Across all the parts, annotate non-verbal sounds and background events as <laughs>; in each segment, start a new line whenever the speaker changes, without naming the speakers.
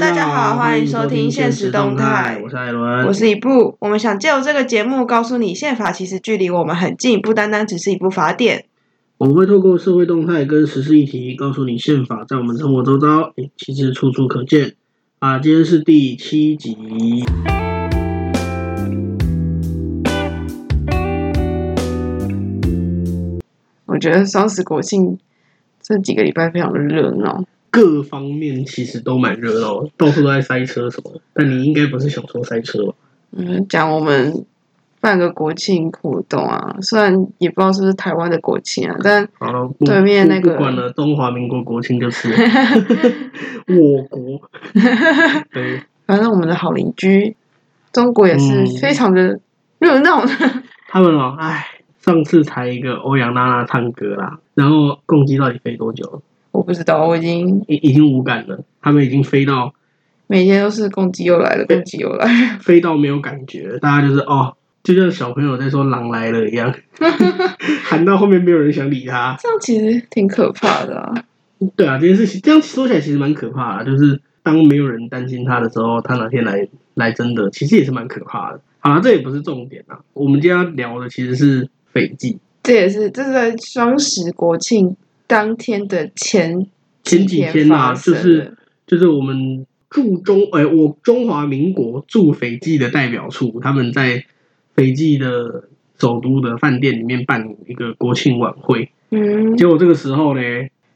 大家好，欢迎收听现实动态
我是艾伦，
我是一部。我们想借由这个节目告诉你，宪法其实距离我们很近，不单单只是一部法典。
我们会透过社会动态跟时事议题，告诉你宪法在我们生活周遭，诶其实处处可见。啊，今天是第七集。
我觉得双十国庆这几个礼拜非常的热闹，
各方面其实都蛮热闹，到处都在塞车什么的。但你应该不是想说塞车吧？
嗯，讲我们办个国庆活动啊，虽然也不知道是不是台湾的国庆啊，但
好了，不
对面
不
那个
不管了，中华民国国庆就是
<laughs>
了我国。对，
反正我们的好邻居中国也是
嗯
非常的热闹的。 <laughs>
他们哦，唉，上次才一个欧阳娜娜唱歌啦，然后共机到底飞多久了？
我不知道，我已经
已已经无感了，他们已经飞到
每天都是攻击又来了，攻击又来了。 <laughs>
飞到没有感觉了，大家就是哦，就像小朋友在说“狼来了”一样，喊到后面没有人想理他。
这样其实挺可怕的啊。
对啊，这件事情这样说起来其实蛮可怕的，就是当没有人担心他的时候，他哪天来来真的，其实也是蛮可怕的。好了，这也不是重点啊，我们今天要聊的其实是斐济。
这也是这是在双十国庆当天的前
前几
天
天啊
发生的
就是就是我们驻中，哎、我中华民国驻斐济的代表处，他们在斐济的首都的饭店里面办一个国庆晚会。
嗯，
结果这个时候呢，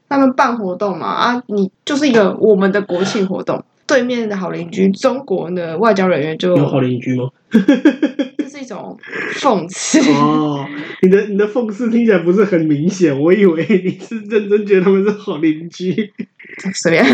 他们办活动嘛啊，你就是一个我们的国庆活动。对面的好邻居中国的外交人员就
有好邻居吗？
这是一种讽刺，
哦， <laughs> 你的你的讽刺听起来不是很明显，我以为你是认真觉得他们是好邻居。
<laughs> 随便，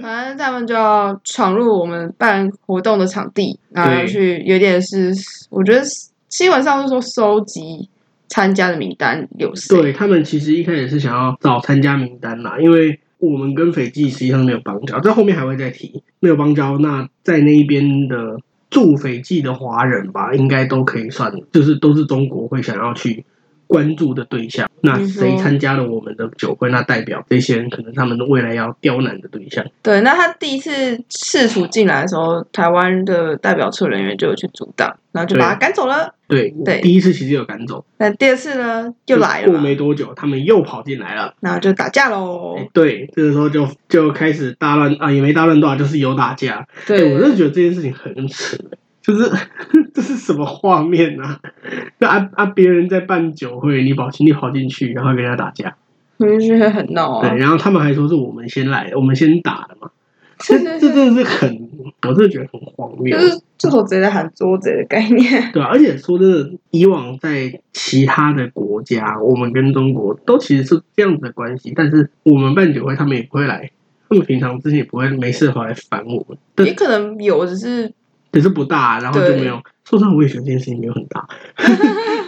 反正他们就要闯入我们办活动的场地，然后
对
去有点是，我觉得新闻上是说收集参加的名单有谁，
对他们其实一开始是想要找参加名单啦，因为我们跟斐济实际上没有邦交，在后面还会再提没有邦交。那在那一边的驻斐济的华人吧，应该都可以算，就是都是中国会想要去关注的对象。那
你说
谁参加了我们的酒会，那代表这些人可能他们未来要刁难的对象。
对，那他第一次试图进来的时候，台湾的代表处人员就有去阻挡，然后就把他赶走了。
对，
对
第一次其实有赶走，
那第二次呢，又来了
过
嘛，
没哎多久，他们又跑进来了。
然后就打架喽。
对，这个时候就就开始大乱啊，也没大乱斗啊，就是有打架。对、
对，
哎我真的觉得这件事情很扯、就是 <laughs> 这是什么画面啊？那啊啊，别人在办酒会，你跑进你跑进去，然后跟人家打架，
我就觉得很闹啊 <laughs>
对，。然后他们还说是我们先来，我们先打的嘛，这这真的是很，我真的觉得很荒谬
就。是这头贼在喊捉贼的概念。
对啊、而且说真的，以往在其他的国家，我们跟中国都其实是这样子的关系，但是我们办酒会，他们也不会来，他们平常之前也不会没事跑来烦我们，但
也可能有，只是
只是不大，然后就没有。说真的，我也觉得这件事情没有很大， <laughs>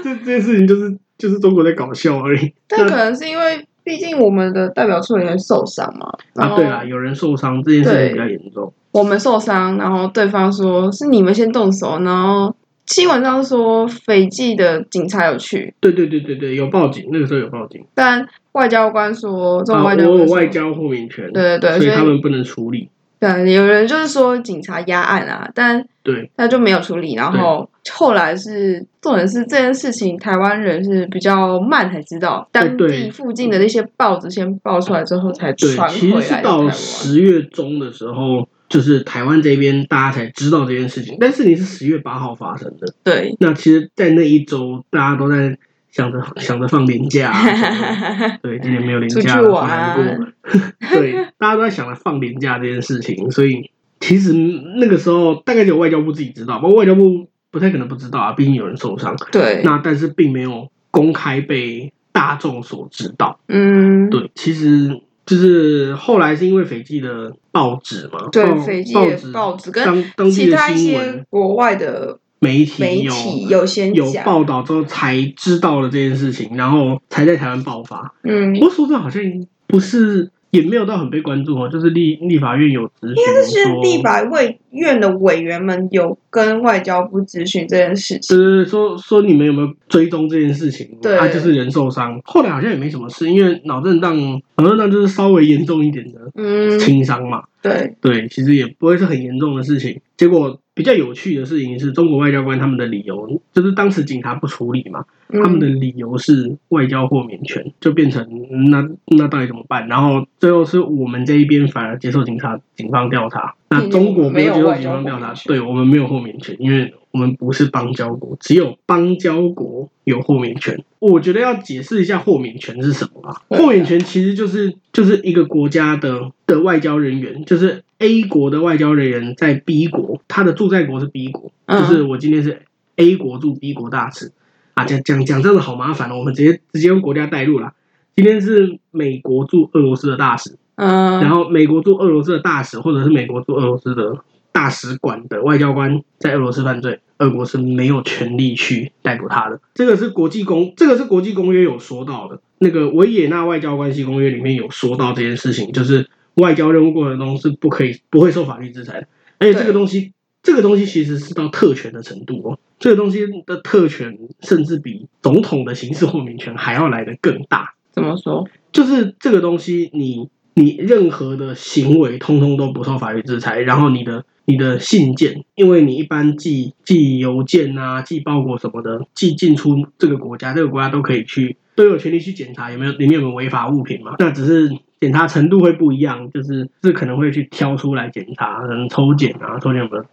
这这件事情就是就是中国在搞笑而已。
但可能是因为，毕竟我们的代表处人员受伤嘛。然
啊，
后
对啦，有人受伤这件事情
哦对
比较严重。
我们受伤，然后对方说是你们先动手，然后新闻上说斐济的警察有去，
对对对对对，有报警，那个时候有报警。
但外交官说，中
啊，
国
我
外交官
有
说
外，交豁免权，
对对对，
所
所
以他们不能处理。
对有人就是说警察压案啊，但
对
他就没有处理。然后后来是重点是这件事情，台湾人是比较慢才知道，当
对
地附近的那些报纸先爆出来之后才
对
传，
其
回
实
来
是
台
到
湾。
十月中的时候，就是台湾这边大家才知道这件事情，但事情是十月八号发生的。
对，
那其实，在那一周，大家都在想着想着放年假、啊什么的，对，今年没有年假，
哎出去
好
玩
难过。 <laughs> 对，大家都在想着放年假这件事情，所以其实那个时候大概只有外交部自己知道，不过外交部不太可能不知道啊，毕竟有人受伤。
<laughs> 对，
那但是并没有公开被大众所知道。
嗯，
对，其实就是后来是因为斐济的报纸嘛，
对
报，
斐济
报
的
纸
报纸
当
跟
当地
其
的
他一
新
些
闻
国外的
媒体
媒体有些
有
讲，
报道之后才知道了这件事情，然后才在台湾爆发。
嗯
不，过说这好像不是也没有到很被关注哦，就是立立法院有咨询
应该是
说，
立法委院的委员们有跟外交部咨询这件事情。
对对对，说说你们有没有追踪这件事情？
对
啊，就是人受伤，后来好像也没什么事，因为脑震荡，脑震荡就是稍微严重一点的
嗯，
轻伤嘛，
对，
对，其实也不会是很严重的事情。结果比较有趣的事情是中国外交官他们的理由，就是当时警察不处理嘛，
嗯
他们的理由是外交豁免权，就变成嗯那那到底怎么办？然后最后是我们这一边反而接受警察警方调查，那
嗯
中国没有接受警方
没有外交豁
调查
免，权
对我们没有豁免权，因为我们不是邦交国，只有邦交国有豁免权。我觉得要解释一下豁免权是什么吧。
对
豁免权其实就是就是一个国家的的外交人员，就是 A 国的外交人员在 B 国，他的驻在国是 B 国，
嗯
就是我今天是 A 国驻 B 国大使啊，讲讲讲真的好麻烦哦，我们直接直接用国家代入啦。今天是美国驻俄罗斯的大使，
嗯，
然后美国驻俄罗斯的大使或者是美国驻俄罗斯的大使馆的外交官在俄罗斯犯罪，俄国是没有权利去逮捕他的。这个是国际公，这个是国际公约有说到的。那个维也纳外交关系公约里面有说到这件事情，就是外交任务过程中是不可以不会受法律制裁的。而且这个
对
东西，这个东西其实是到特权的程度哦。这个东西的特权甚至比总统的刑事豁免权还要来得更大。
怎么说？
就是这个东西你，你任何的行为，通通都不受法律制裁。然后你的你的信件，因为你一般寄寄邮件啊、寄包裹什么的，寄进出这个国家，这个国家都可以去，都有权利去检查有没有里面有没有违法物品嘛。那只是检查程度会不一样，就是这可能会去挑出来检查，可能抽检啊，抽检有没有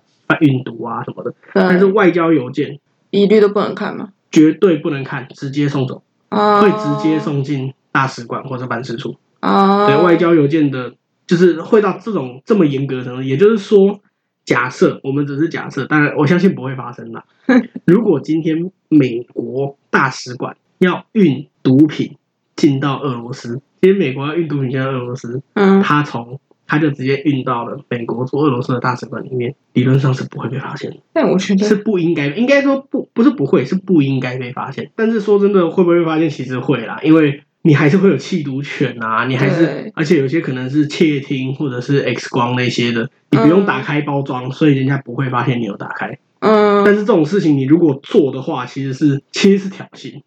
运毒啊什么的。但是
对，
外交邮件
嗯一律都不能看嘛？
绝对不能看，直接送走，
啊，
会直接送进大使馆或者办事处。
啊，
对外交邮件的，就是会到这种这么严格的程度。也就是说，假设我们只是假设，当然我相信不会发生啦。如果今天美国大使馆要运毒品进到俄罗斯，今天美国要运毒品进到俄罗斯，
嗯，
他从他就直接运到了美国驻俄罗斯的大使馆里面，理论上是不会被发现的。
但我觉
是
得
不应该，应该说不不是不会，是不应该被发现。但是说真的，会不会被发现？其实会啦，因为你还是会有缉毒犬啊，你还是
对，
而且有些可能是窃听或者是 X 光那些的，你不用
嗯
打开包装，所以人家不会发现你有打开。但
嗯，
是这种事情你如果做的话，其实是其实是挑衅。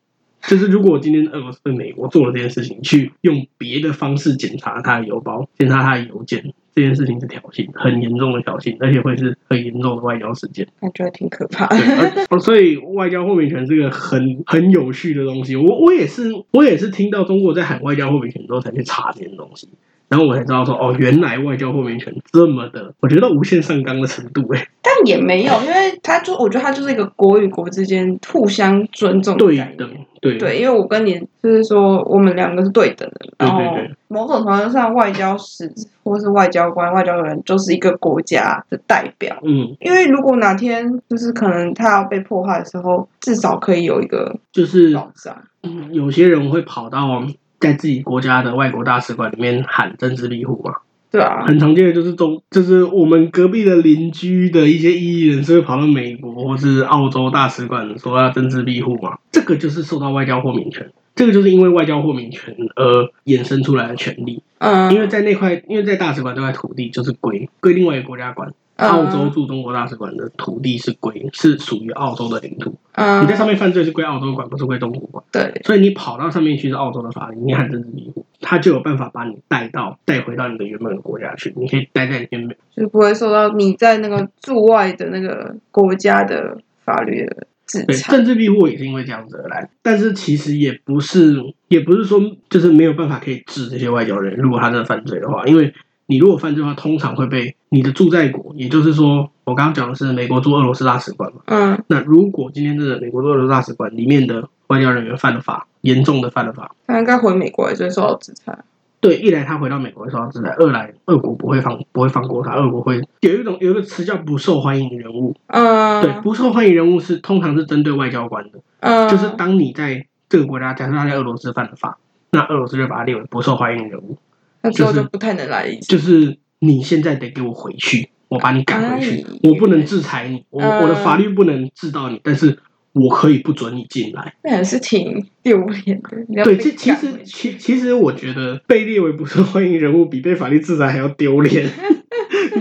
就是如果今天俄罗斯被美国做了这件事情，去用别的方式检查他的邮包、检查他的邮件，这件事情是挑衅，很严重的挑衅，而且会是很严重的外交事件。
感觉挺可怕
对
的。 <laughs>
而而所以外交豁免权这个很很有趣的东西，我我也是我也是听到中国在喊外交豁免权之后才去查这件东西，然后我才知道说哦，原来外交豁免权这么的，我觉得无限上纲的程度哎、
但也没有，因为他就我觉得他就是一个国与国之间互相尊重的
对
概念
等对
对，因为我跟你就是说，我们两个是对等的，
对
然后
对
某种程度上，外交使或是外交官、外交人就是一个国家的代表。
嗯，
因为如果哪天就是可能他要被迫害的时候，至少可以有一个
就是
保障。
嗯有些人会跑到在自己国家的外国大使馆里面喊政治庇护嘛，
对啊，
很常见的就是中，就是我们隔壁的邻居的一些异议人士会跑到美国或是澳洲大使馆说要政治庇护嘛，这个就是受到外交豁免权，这个就是因为外交豁免权而衍生出来的权利，
嗯，
因为在那块，因为在大使馆这块土地就是归归另外一个国家管，
嗯
澳洲，驻中国大使馆的土地是归是属于澳洲的领土，
嗯，
你在上面犯罪是归澳洲管，不是归中国管。
对，
所以你跑到上面去是澳洲的法庭，你喊政治庇护，他就有办法把你带到带回到你的原本的国家去，你可以待在你原本。
就是不会受到你在那个驻外的那个国家的法律的制
对，
裁。
政治庇护也是因为这样子而来，但是其实也不是，也不是说就是没有办法可以治这些外交人，如果他真的犯罪的话，因为你如果犯罪的话，通常会被你的驻在国，也就是说我刚刚讲的是美国驻俄罗斯大使馆嘛，
嗯，
那如果今天这个美国驻俄罗斯大使馆里面的外交人员犯了法，严重的犯了法，
他应该回美国也是会受到制裁。
对，一来他回到美国会受到制裁，二来俄国不会放不会放过他，俄国会有一种有一个词叫不受欢迎人物，
嗯，
对，不受欢迎人物是通常是针对外交官的，
嗯，
就是当你在这个国家，假设他在俄罗斯犯了法，那俄罗斯就把他列为不受欢迎人物，
那之后
就是
就不太能来一次。
就是你现在得给我回去，我把你赶回去
哎，
我不能制裁你，我我的
嗯
法律不能治到你，但是我可以不准你进来。
那也是挺丢脸的。你要
对，
被
这其
赶
实
回去
其其实我觉得被列为不受欢迎人物比被法律制裁还要丢
<laughs>
脸。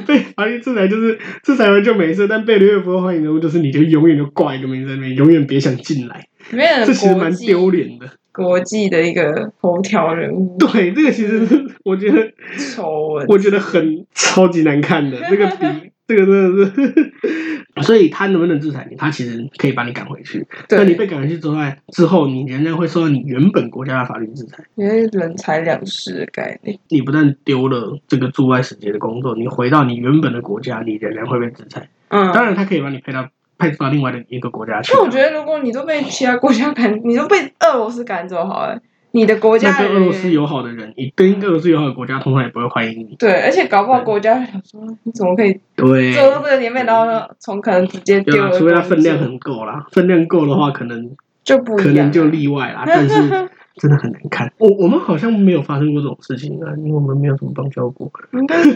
被法律制裁就是制裁完就没事，但被列为不受欢迎人物就是你就永远就挂一个名字在那边，永远别想进来。
里面
这
的
其实
国
蛮
际
丢脸的。
国际的一个头条人物
对，这个其
<laughs>
实是我觉得
丑闻，
我觉得很超级难看的，这个
<laughs>
比这个真的是，所以他能不能制裁你，他其实可以把你赶回去。那
对，
你被赶回去之后，之后你仍然会受到你原本国家的法律制裁。
因为人财两失的概念。
你不但丢了这个驻外使节的工作，你回到你原本的国家，你仍然会被制裁。
嗯，
当然，他可以把你派到派到另外的一个国家去。啊
那我觉得，如果你都被其他国家赶，你都被俄罗斯赶走好了，你的国
那
家
跟
人
俄罗斯友好的人，你跟俄罗斯友好的国家，通常也不会欢迎你。
对，而且搞不好国家会想说，你怎么可以
对
做到这个年份，然后呢，从可能直接
对
丢
啦，
了，
除非他分量很够啦，分量够的话，可能
就不一
可
样，啊
能就例外啦。
<laughs>
但是真的很难看。我我们好像没有发生过这种事情啊，因为我们没有什么邦交国。啊
应该是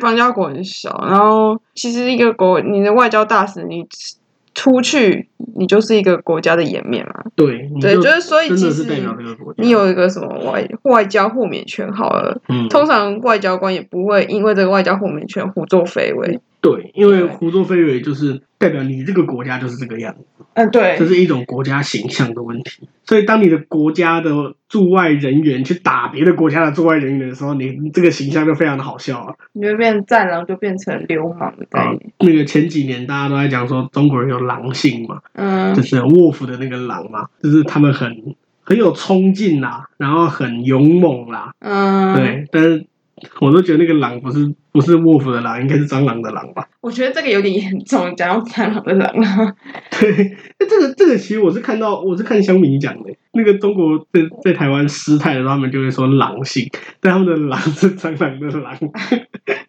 邦交国很小，然后其实一个国你的外交大使，你出去你就是一个国家的颜面嘛。
对，你
对，
就
就是所以
真
其
的是代表
实
这个国家。
你有一个什么外外交豁免权好了，
嗯，
通常外交官也不会因为这个外交豁免权胡作非为。
对，因为胡作非为就是代表你这个国家就是这个样子，
嗯，对
这，是一种国家形象的问题。所以，当你的国家的驻外人员去打别的国家的驻外人员的时候，你这个形象就非常的好笑啊。
你就变成战狼，就变成流氓的概
啊
念。
那个前几年大家都在讲说中国人有狼性嘛，
嗯
就，是 Wolf 的那个狼嘛，就是他们很很有冲劲啦，然后很勇猛啦，
嗯，，
对，但是我都觉得那个狼不是不是卧虎的狼，应该是蟑螂的狼吧？
我觉得这个有点严重，讲到蟑螂的狼啊
<laughs>
了。
对，那这个这个其实我是看到我是看香米讲的，那个中国在在台湾失态的时候，他们就会说狼性，但他们的狼是蟑螂的狼，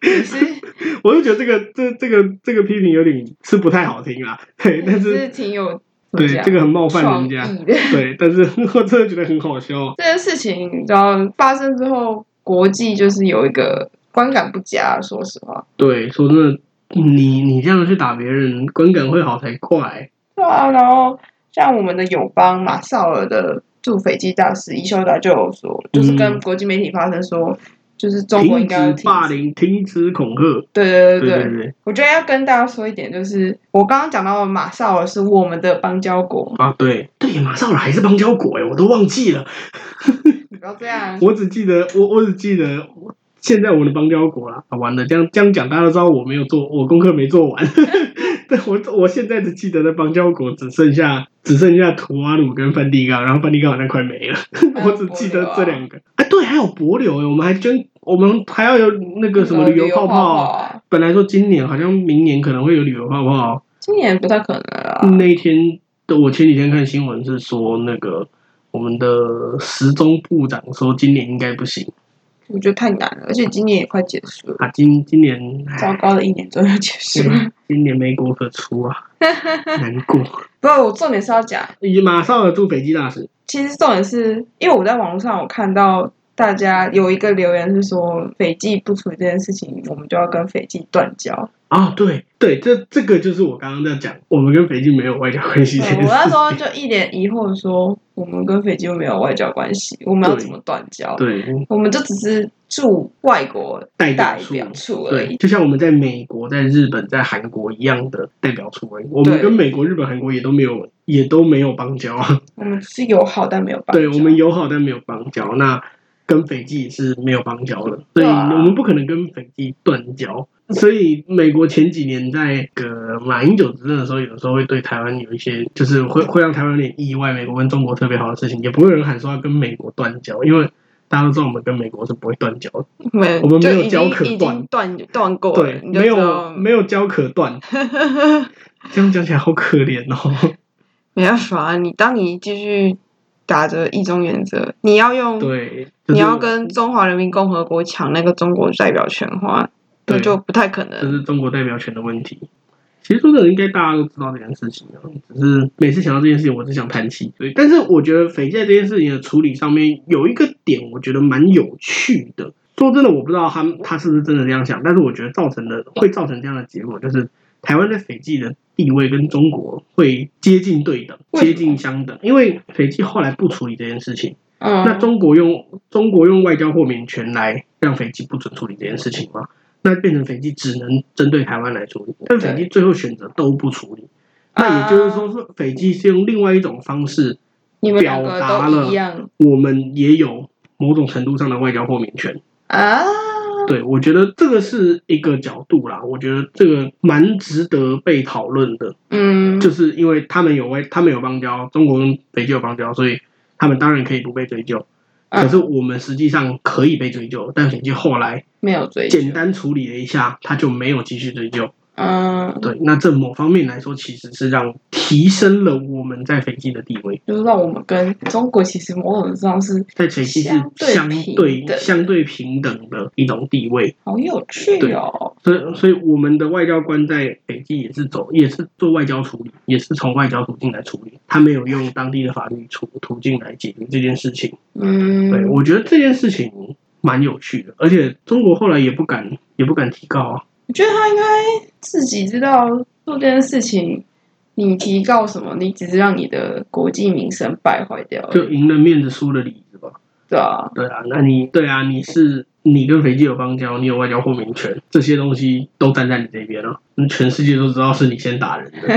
也是
我就觉得这个这这个这个批评有点是不太好听啦，对，但
嗯是
是
挺有
对这个很冒
冒
犯人家，
意的
对，但是 <laughs> 我真的觉得很好笑，
这件事情，你知道发生之后，国际就是有一个观感不佳。说实话，
对，说真的。你你这样去打别人，观感会好才怪。
对啊。然后像我们的友邦马绍尔的驻斐济大使伊修达就有说，就是跟国际媒体发生说，就是中国应
嗯停
该要
止
停
霸
止。
凌，停止恐吓。
对对
对
对
对
对，
对，
我觉得要跟大家说一点，就是我刚刚讲到的马绍尔是我们的邦交国，
啊，对对，马绍尔还是邦交国哎，我都忘记了，
你不要这样。
我只记得我我只记得现在我们的邦交国啦。啊完了，这样这样讲，大家都知道我没有做，我功课没
<laughs>
做完。但我我现在只记得的邦交国只剩下只剩下图瓦鲁跟梵蒂冈，然后梵蒂冈好像快没了，
还有
<laughs> 我只记得这
帛琉啊
两个。哎、对，还有帛琉哎，我们还捐，我们还要有那个什么旅游泡
嗯泡
泡。
啊，
本来说今年好像明年可能会有旅游泡泡，
今年不太可能了啊。
那一天的我前几天看新闻是说，那个我们的时钟部长说今年应该不行
我觉得太难了，而且今年也快结束了，
啊，今今年
糟
唉
糕的一年终要结束了。
今年没国可出
<laughs>
啊，难过。
不，我重点是要讲，
以马绍尔驻斐济大使，
其实重点是因为我在网络上我看到大家有一个留言是说，斐济不处理这件事情，我们就要跟斐济断交。
啊，对对，这这个就是我刚刚在讲，我们跟斐济没有外交关系
对
这件事
我那时候就一脸疑惑说，我们跟斐济又没有外交关系，我们要怎么断交？
对，
我们就只是驻外国
代
代
表处。
表处而
对，
已。
就像我们在美国、在日本、在韩国一样的代表处而已。我们
对
跟美国、日本、韩国也都没有，也都没有邦交啊。
我们只是友好，但没有办
对我们友好但没有邦交，那跟斐济是没有邦交的，所
对
以
啊
我们不可能跟斐济断交。所以美国前几年在个马英九执政的时候，有时候会对台湾有一些，就是会会让台湾有点意外。美国跟中国特别好的事情，也不会有人喊说要跟美国断交，因为大家都知道我们跟美国是不会断交的，
我们
我们
就
没有
已经
交可
已
断
经断断过了
对，，
哦你就
没
知道
有没有交可
<laughs>
断。这样讲起来好可怜哦。 <laughs>
没办法啊，你当你继续打着一中原则，你要用、
对，就是
你要跟中华人民共和国抢那个中国代表权的话，那
对
就不太可
这
能。
是中国代表权的问题。其实说真的，应该大家都知道这件事情啊，只是每次想到这件事情，我只想叹气。对，但是我觉得匪界这件事情的处理上面有一个点，我觉得蛮有趣的。说真的，我不知道他他是不是真的这样想，但是我觉得造成的会造成这样的结果，就是台湾在斐济的地位跟中国会接近对等、
为什么
接近相等，因为斐济后来不处理这件事情，
嗯，
那中国用中国用外交豁免权来让斐济不准处理这件事情吗？那变成斐济只能针对台湾来处理，但斐济最后选择都不处理。
啊
那也就是说，斐济是用另外一种方式，
你们两
表达
个
了
都一样
我们也有某种程度上的外交豁免权。
啊？
对，我觉得这个是一个角度啦，我觉得这个蛮值得被讨论的，
嗯，
就是因为他们有外，他们有邦交，中国跟斐济有邦交，所以他们当然可以不被追究。可是
嗯
我们实际上可以被追究，但斐济后来
没有追求
简单处理了一下，他就没有继续追究。
嗯，
对，那这某方面来说，其实是让提升了我们在斐济的地位，
就是让我们跟中国其实某种上是
在斐济是相
相对
对
平等
相对平等的一种地位。
好有趣哦。
所以，所以我们的外交官在斐济也是走，也是做外交处理，也是从外交途径来处理，他没有用当地的法律途途径来解决这件事情。
嗯，
对，我觉得这件事情蛮有趣的，而且中国后来也不敢也不敢提告啊。
我觉得他应该自己知道做这件事情，你提告什么，你只是让你的国际名声败坏掉而已，
就赢了面子，输了里子吧。
对啊，
对啊，那你对啊，你是你跟斐济有邦交，你有外交豁免权，这些东西都站在你这边了，那全世界都知道是你先打人
<laughs>
的。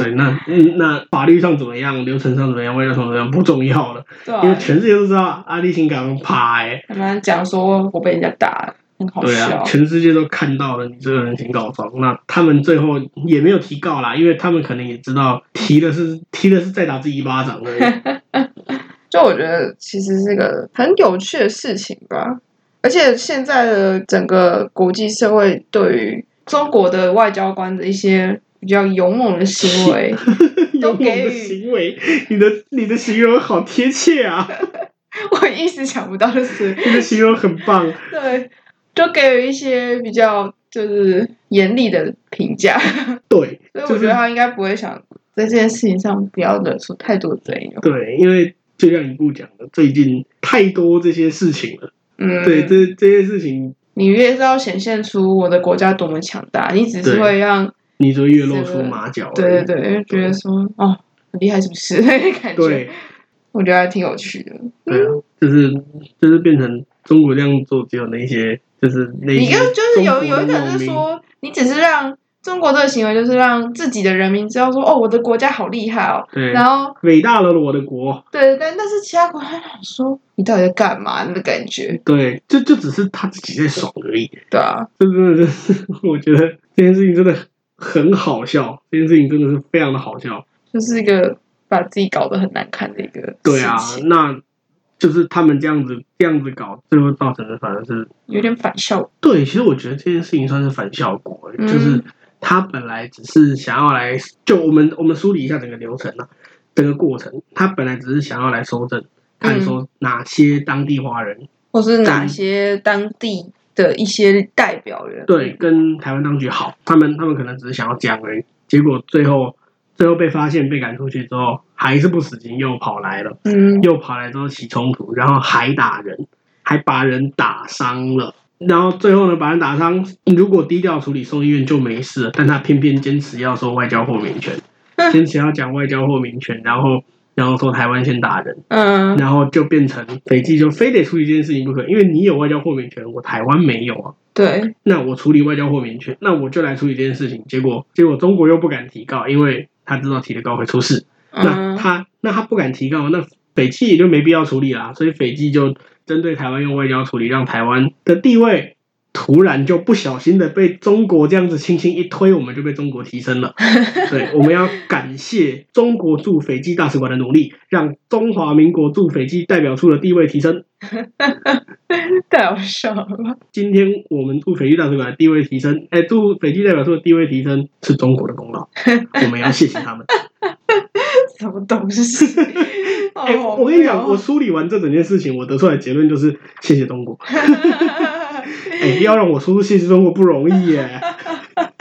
对，那嗯那法律上怎么样，流程上怎么样，外交上怎么样不重要了，
对啊
因为，全世界都知道啊阿里辛港趴欸，
他们讲说我被人家打了，很好
对
笑
啊，，全世界都看到了你这个人行告状。那他们最后也没有提告啦，因为他们可能也知道提的是提的是再打自己一巴掌而已。
<laughs> 就我觉得其实是个很有趣的事情吧。而且现在的整个国际社会对于中国的外交官的一些比较勇猛的行为， <laughs>
有
都
我
给予
的行为，你的你的形容好贴切啊，
<laughs> 我一时想不到的
<laughs>
是，
你的形容很棒。
对，就给予一些比较就是严厉的评价， <laughs>
对，
所以我
就是
觉得他应该不会想在这件事情上不要惹出太多贼牛。
对，因为就像你不讲的，最近太多这些事情了。
嗯，
对，这这些事情，
你越是要显现出我的国家多么强大，你只是
对
会让
你就越露出马脚而已。
对对对，就觉得说哦很厉害是不是？ <laughs> 感觉
对
我觉得还挺有趣的。
对啊，就是就是变成中国这样做，只有那些就是那
你
些
跟就是有
中国
有
的
一个人
农
是
民
说，你只是让中国这个行为，就是让自己的人民知道说哦我的国家好厉害哦，
对
然后
伟大了我的国，
对，但但是其他国家想说你到底在干嘛？你的感觉，
对，就就只是他自己在爽而已。
对啊，
这真的是， <laughs> 我觉得这件事情真的很好笑，这件事情真的是非常的好笑。
就是一个把自己搞得很难看的一个
对啊
事，情
那就是他们这样子这样子搞，最后造成的反而是
有点反效果。
对。其实我觉得这件事情算是反效果，
嗯
就是他本来只是想要来，就我们我们梳理一下整个流程啊，整个过程，他本来只是想要来搜证，
嗯
看说哪些当地华人、
或是哪
对
些当地的一些代表人，
对跟台湾当局好，他们他们可能只是想要讲而已，结果最后。最后被发现被赶出去之后，还是不死心，又跑来了，
嗯，
又跑来之后起冲突，然后还打人，还把人打伤了。然后最后呢，把人打伤，如果低调处理送医院就没事了，但他偏偏坚持要说外交豁免权，坚持要讲外交豁免权，然后然后说台湾先打人，
嗯，
然后就变成斐济就非得处理这件事情不可，因为你有外交豁免权，我台湾没有啊。
对，
那我处理外交豁免权，那我就来处理这件事情。结果结果中国又不敢提告，因为他知道提了告会出事。那
嗯，
他那他不敢提告，那斐济也就没必要处理啦。所以斐济就针对台湾用外交处理，让台湾的地位突然就不小心的被中国这样子轻轻一推，我们就被中国提升了。对，我们要感谢中国驻斐济大使馆的努力，让中华民国驻斐济代表处的地位提升。
<laughs> 太好笑了。
今天我们驻斐济大使馆的地位提升，哎，驻斐济代表处的地位提升是中国的功
<laughs>
劳，我们要谢谢他们。
什么东西？ <laughs> 哦
哎、我我跟你
<laughs>
讲，我梳理完这整件事情，我得出来的结论就是谢谢中国。哎、要让我说出谢谢中国不容易耶。 <laughs>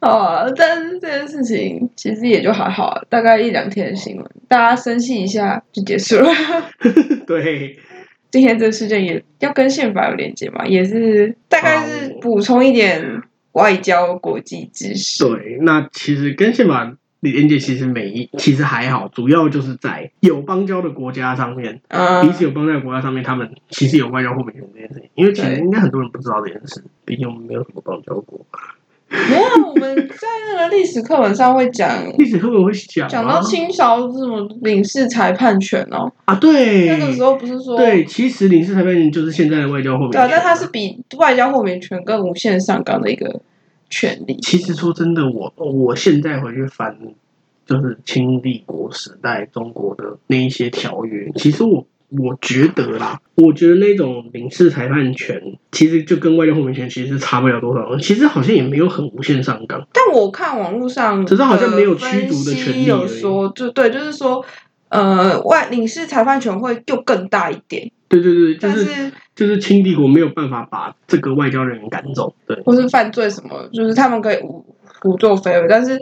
哦，但是这件事情其实也就还好，啊大概一两天的新闻，大家生气一下就结束了。 <laughs>
对，
今天这个事件也要跟宪法有连接嘛，也是大概是补充一点外交国际知识。
对，那其实跟宪法连接其实没，其实还好，主要就是在友邦交的国家上面，
啊
彼此友邦交的国家上面，他们其实有外交豁免权这件事情，因为其实
对
应该很多人不知道这件事，毕竟我们没有什么邦交国。
没有，我们在那个历史课本上会
<laughs>
讲，
历史课本会讲、啊，
讲到清朝什么领事裁判权哦，
啊，对，
那个时候不是说
对，其实领事裁判员就是现在的外交豁免
对啊，
权。
但它是比外交豁免权更无限上纲的一个权利。
其实说真的，我我现在回去翻，就是清帝国时代中国的那一些条约，其实我我觉得啦，我觉得那种领事裁判权，其实就跟外交豁免权其实是差不了多少，其实好像也没有很无限上纲。
但我看网络上，
只是好像没有驱逐的权利而已
有说就对，就是说，呃，外领事裁判权会又更大一点，
对对对，就
但
是
是
就是清帝国没有办法把这个外交人员赶走。对，
或是犯罪什么，就是他们可以胡胡作非为，但是。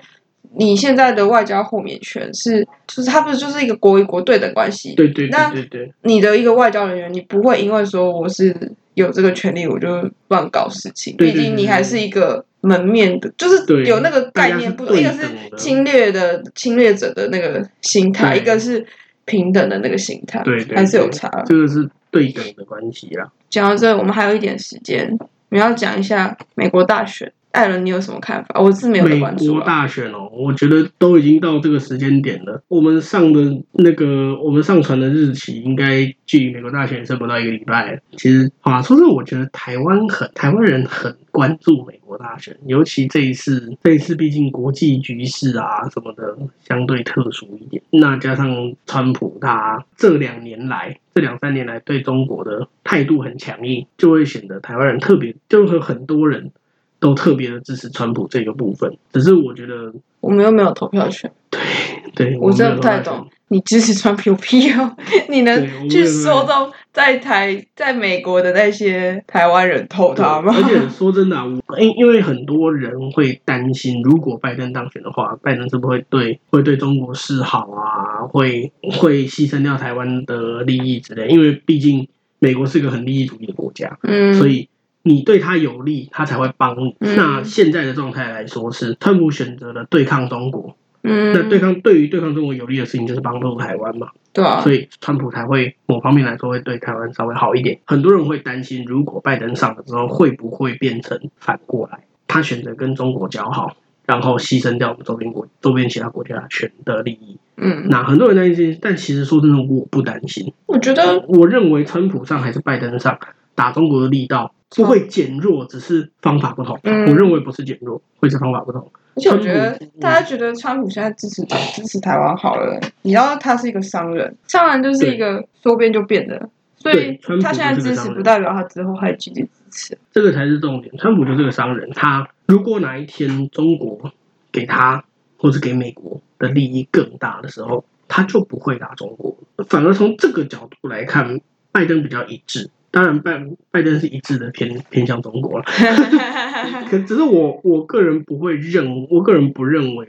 你现在的外交豁免权是，就是它不是就是一个国与国对等关系？
对对对
那
对对，
你的一个外交人员，你不会因为说我是有这个权利，我就乱搞事情。
对
毕
对
竟你还是一个门面的，就是
对
有那个概念不同，一
大
个
家是
是
对等的
侵略的侵略者的那个心态，
对
一个是平等的那个心态，
对对对
还是有差。
这个是对等的关系啦。
讲到这，我们还有一点时间，我们要讲一下美国大选。艾伦，你有什么看法？我是没有在
美
关注
国
啊、
大选哦，我觉得都已经到这个时间点了。我们上的那个，我们上传的日期应该距美国大选剩不到一个礼拜。其实啊，说真的，我觉得台湾很台湾人很关注美国大选，尤其这一次，这一次毕竟国际局势啊什么的相对特殊一点，那加上川普他这两年来。这两三年来对中国的态度很强硬，就会显得台湾人特别，就会有很多人都特别的支持川普这个部分。只是我觉得，
我们又没有投票权，
对
我真的不太
没有办法
懂。你支持川普有屁用？ <laughs> 你
对我
能
没
去
有
说动在台在美国的那些台湾人投他吗？
而且说真的、啊，我因因为很多人会担心，如果拜登当选的话，拜登是不是会对会对中国示好啊？会会牺牲掉台湾的利益之类？因为毕竟美国是个很利益主义的国家，
嗯，
所以你对他有利，他才会帮你。
嗯
那现在的状态来说是，川普选择了对抗中国，
嗯，
那对抗对于对抗中国有利的事情就是帮助台湾嘛，
对啊，
所以川普才会某方面来说会对台湾稍微好一点。很多人会担心，如果拜登上了之后，会不会变成反过来，他选择跟中国交好，然后牺牲掉我们周边国周边其他国家的权的利益？
嗯，
那很多人担心，但其实说真的，我不担心。
我觉得
我认为川普上还是拜登上，打中国的力道不会减弱，只是方法不同。
嗯
我认为不是减弱，会是方法不同。
而且我觉得
川普
大家觉得川普现在支持支持台湾好了，你知道他是一个商人，商人就是一个说变就变的，所以
对川普
他现在支
就是个商
持
人
不代表他之后还继续支持。 <laughs>
这个才是重点。川普就是个商人，他如果哪一天中国给他或是给美国的利益更大的时候，他就不会打中国。反而从这个角度来看，拜登比较一致。当然拜，拜登是一致的偏偏向中国了。可只是我我个人不会认，我个人不认为，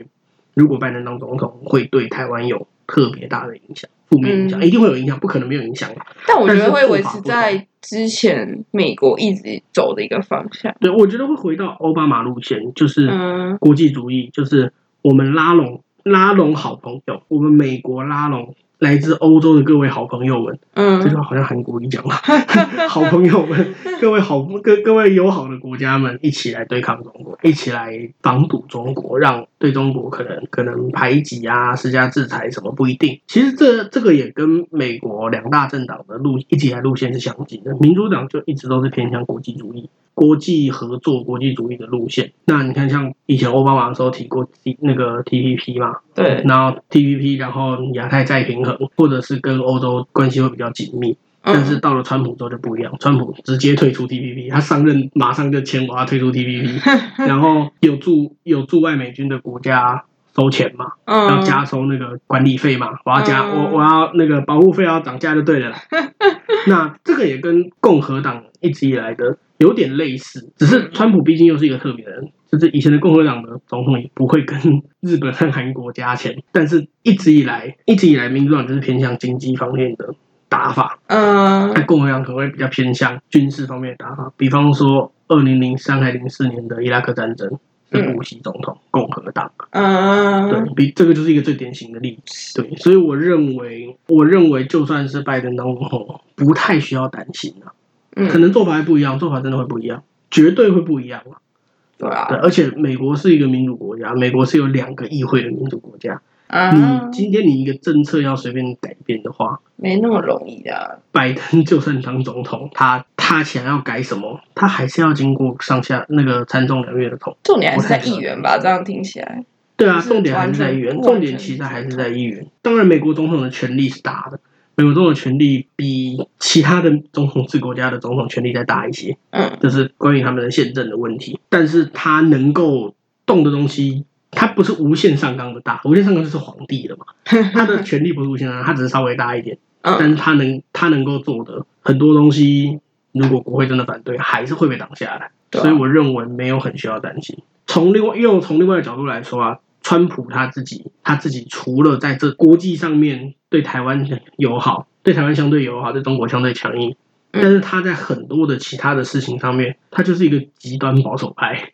如果拜登当总统会对台湾有特别大的影响，负面影响、
嗯
一定会有影响，不可能没有影响。啊
但我觉得
但
会
是
维
做法
持
不同
在之前美国一直走的一个方向。
对，我觉得会回到奥巴马路线，就是
嗯
国际主义，就是我们拉拢拉拢好朋友，我们美国拉拢来自欧洲的各位好朋友们，这句
嗯，
话好像韩国语讲吧， <laughs> 好朋友们，各位好各各位友好的国家们，一起来对抗中国，一起来防堵中国，让对中国可能可能排挤啊、施加制裁什么不一定。其实这这个也跟美国两大政党的路一起来路线是相近的，民主党就一直都是偏向国际主义。国际合作、国际主义的路线。那你看，像以前奥巴马的时候提过 T 那个 TPP 嘛，
对，
然后 TPP，然后亚太再平衡，或者是跟欧洲关系会比较紧密。但是
嗯
到了川普之后就不一样，川普直接退出 TPP，他上任马上就签我要退出
<laughs>
TPP，然后有驻有驻外美军的国家收钱嘛，要
嗯，
加收那个管理费嘛，我要加、
嗯
我我要那个保护费要涨价就对
<laughs>
了啦。那这个也跟共和党一直以来的有点类似，只
嗯
是川普毕竟又是一个特别的人，就是以前的共和党的总统也不会跟日本和韩国加钱，但是一直以来一直以来民主党就是偏向经济方面的打法，
嗯
那共和党可能会比较偏向军事方面的打法，比方说二零零三还零四年的伊拉克战争是
嗯
布希总统共和党，
嗯，
<laughs> 对比这个就是一个最典型的例子。对，所以我认为，我认为就算是拜登当总统，不太需要担心啊，
嗯
可能做法还不一样，做法真的会不一样，绝对会不一样啊。
对啊
对，，而且美国是一个民主国家，美国是有两个议会的民主国家，
啊
你，今天你一个政策要随便改变的话，
没那么容易的，
拜登就算当总统，他他想要改什么，他还是要经过上下那个参众两院的同。
重点还是在
不太可
议
能
员吧？这样听起来，
对啊，
就是
重点还是在议员，
完全
重点其实还是在议员。当然，美国总统的权力是大的，美国总统的权力比其他的总统制国家的总统权力再大一些，
嗯
这是关于他们的宪政的问题。但是他能够动的东西，他不是无限上纲的大，无限上纲就是皇
<laughs>
帝了嘛，他的权力不是无限上纲，他只是稍微大一点。但
嗯
是他能他能够做的很多东西，如果国会真的反对，还是会被挡下来。
对啊
所以我认为没有很需要担心。从另外又从另外的角度来说啊，川普他自己他自己除了在这国际上面对台湾友好，对台湾相对友好，对中国相对强硬。
嗯
但是他在很多的其他的事情上面，他就是一个极端保守派。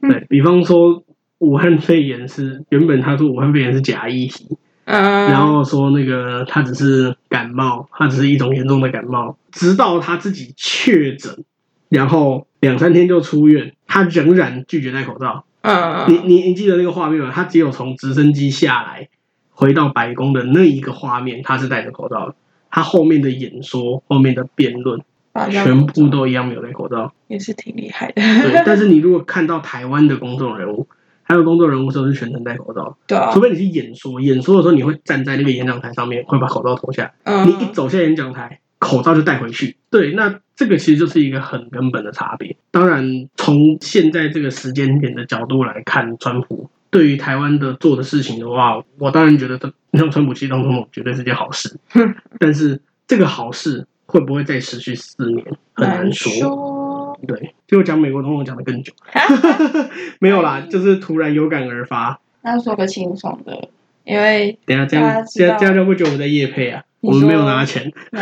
对比方说，武汉肺炎是原本他说武汉肺炎是假议题，
<laughs> 嗯，
然后说那个他只是感冒，他只是一种严重的感冒，直到他自己确诊，然后两三天就出院，他仍然拒绝戴口罩。你
嗯
你你记得那个画面吗？他只有从直升机下来回到白宫的那一个画面，他是戴着口罩的。他后面的演说、后面的辩论，
大家
全部都一样没有戴口罩。
也是挺厉害的，
对，但是你如果看到台湾的公众人物，还有公众人物都是全程戴口罩的，
对啊
除，非你是演说，演说的时候你会站在那个演讲台上面，会把口罩脱下来。
嗯
你一走下演讲台，口罩就带回去。对，那这个其实就是一个很根本的差别。当然，从现在这个时间点的角度来看，川普对于台湾的做的事情的话，我当然觉得他让川普其实当总统绝对是件
<laughs>
好事。但是这个好事会不会再持续四年，很难
难
说。
说，
对，就讲美国总统讲的更久， <laughs> 没有
哎
啦，就是突然有感而发。
那说个轻松的，因为
等一下这
大家
样，
知
这
道
样这样就会觉得我们在夜配啊，
你
我们没有
说 <laughs>
拿钱
没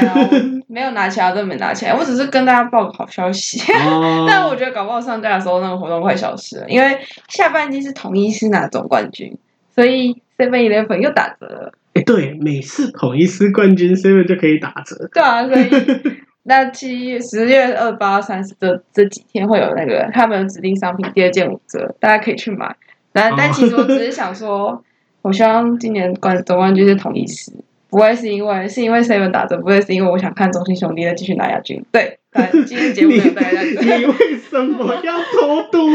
有没
<laughs>
有拿起来，都没拿起来，我只是跟大家报个好消息。
哦。
但我觉得搞不好上架的时候那个活动快消失了，因为下半季是统一师拿总冠军，所以 Seven Eleven 又打折了。
哎，对，每次统一师冠军 seven 就可以打折。
对啊，所以那七月十月二八、三十这这几天会有那个他们指定商品第二件五折，大家可以去买。然后，但
哦
其实我只是想说，我希望今年冠总冠军是统一师，不会是因为是因为 Seven 打折，不会是因为我想看中信兄弟再继续拿亚军。对，大家今天节目
你
就大概 <laughs> 到这
<laughs> 你为什么要偷渡？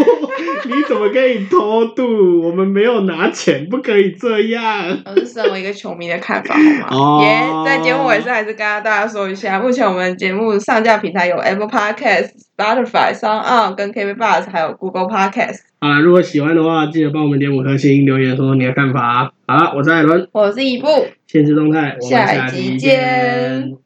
你怎么可以偷渡？我们没有拿钱，不可以这样。
我是身为一个球迷的看法，好吗？
哦
也、在节目尾声还是跟大家说一下，目前我们节目上架平台有 Apple Podcast、Spotify、s o n On 跟 KB Bus，还有 Google Podcast。
好啦，如果喜欢的话，记得帮我们点五颗星，留言说说你啊的看法。好啦，我是艾伦，
我是一布，
现实动态，我们
下一集
集
见。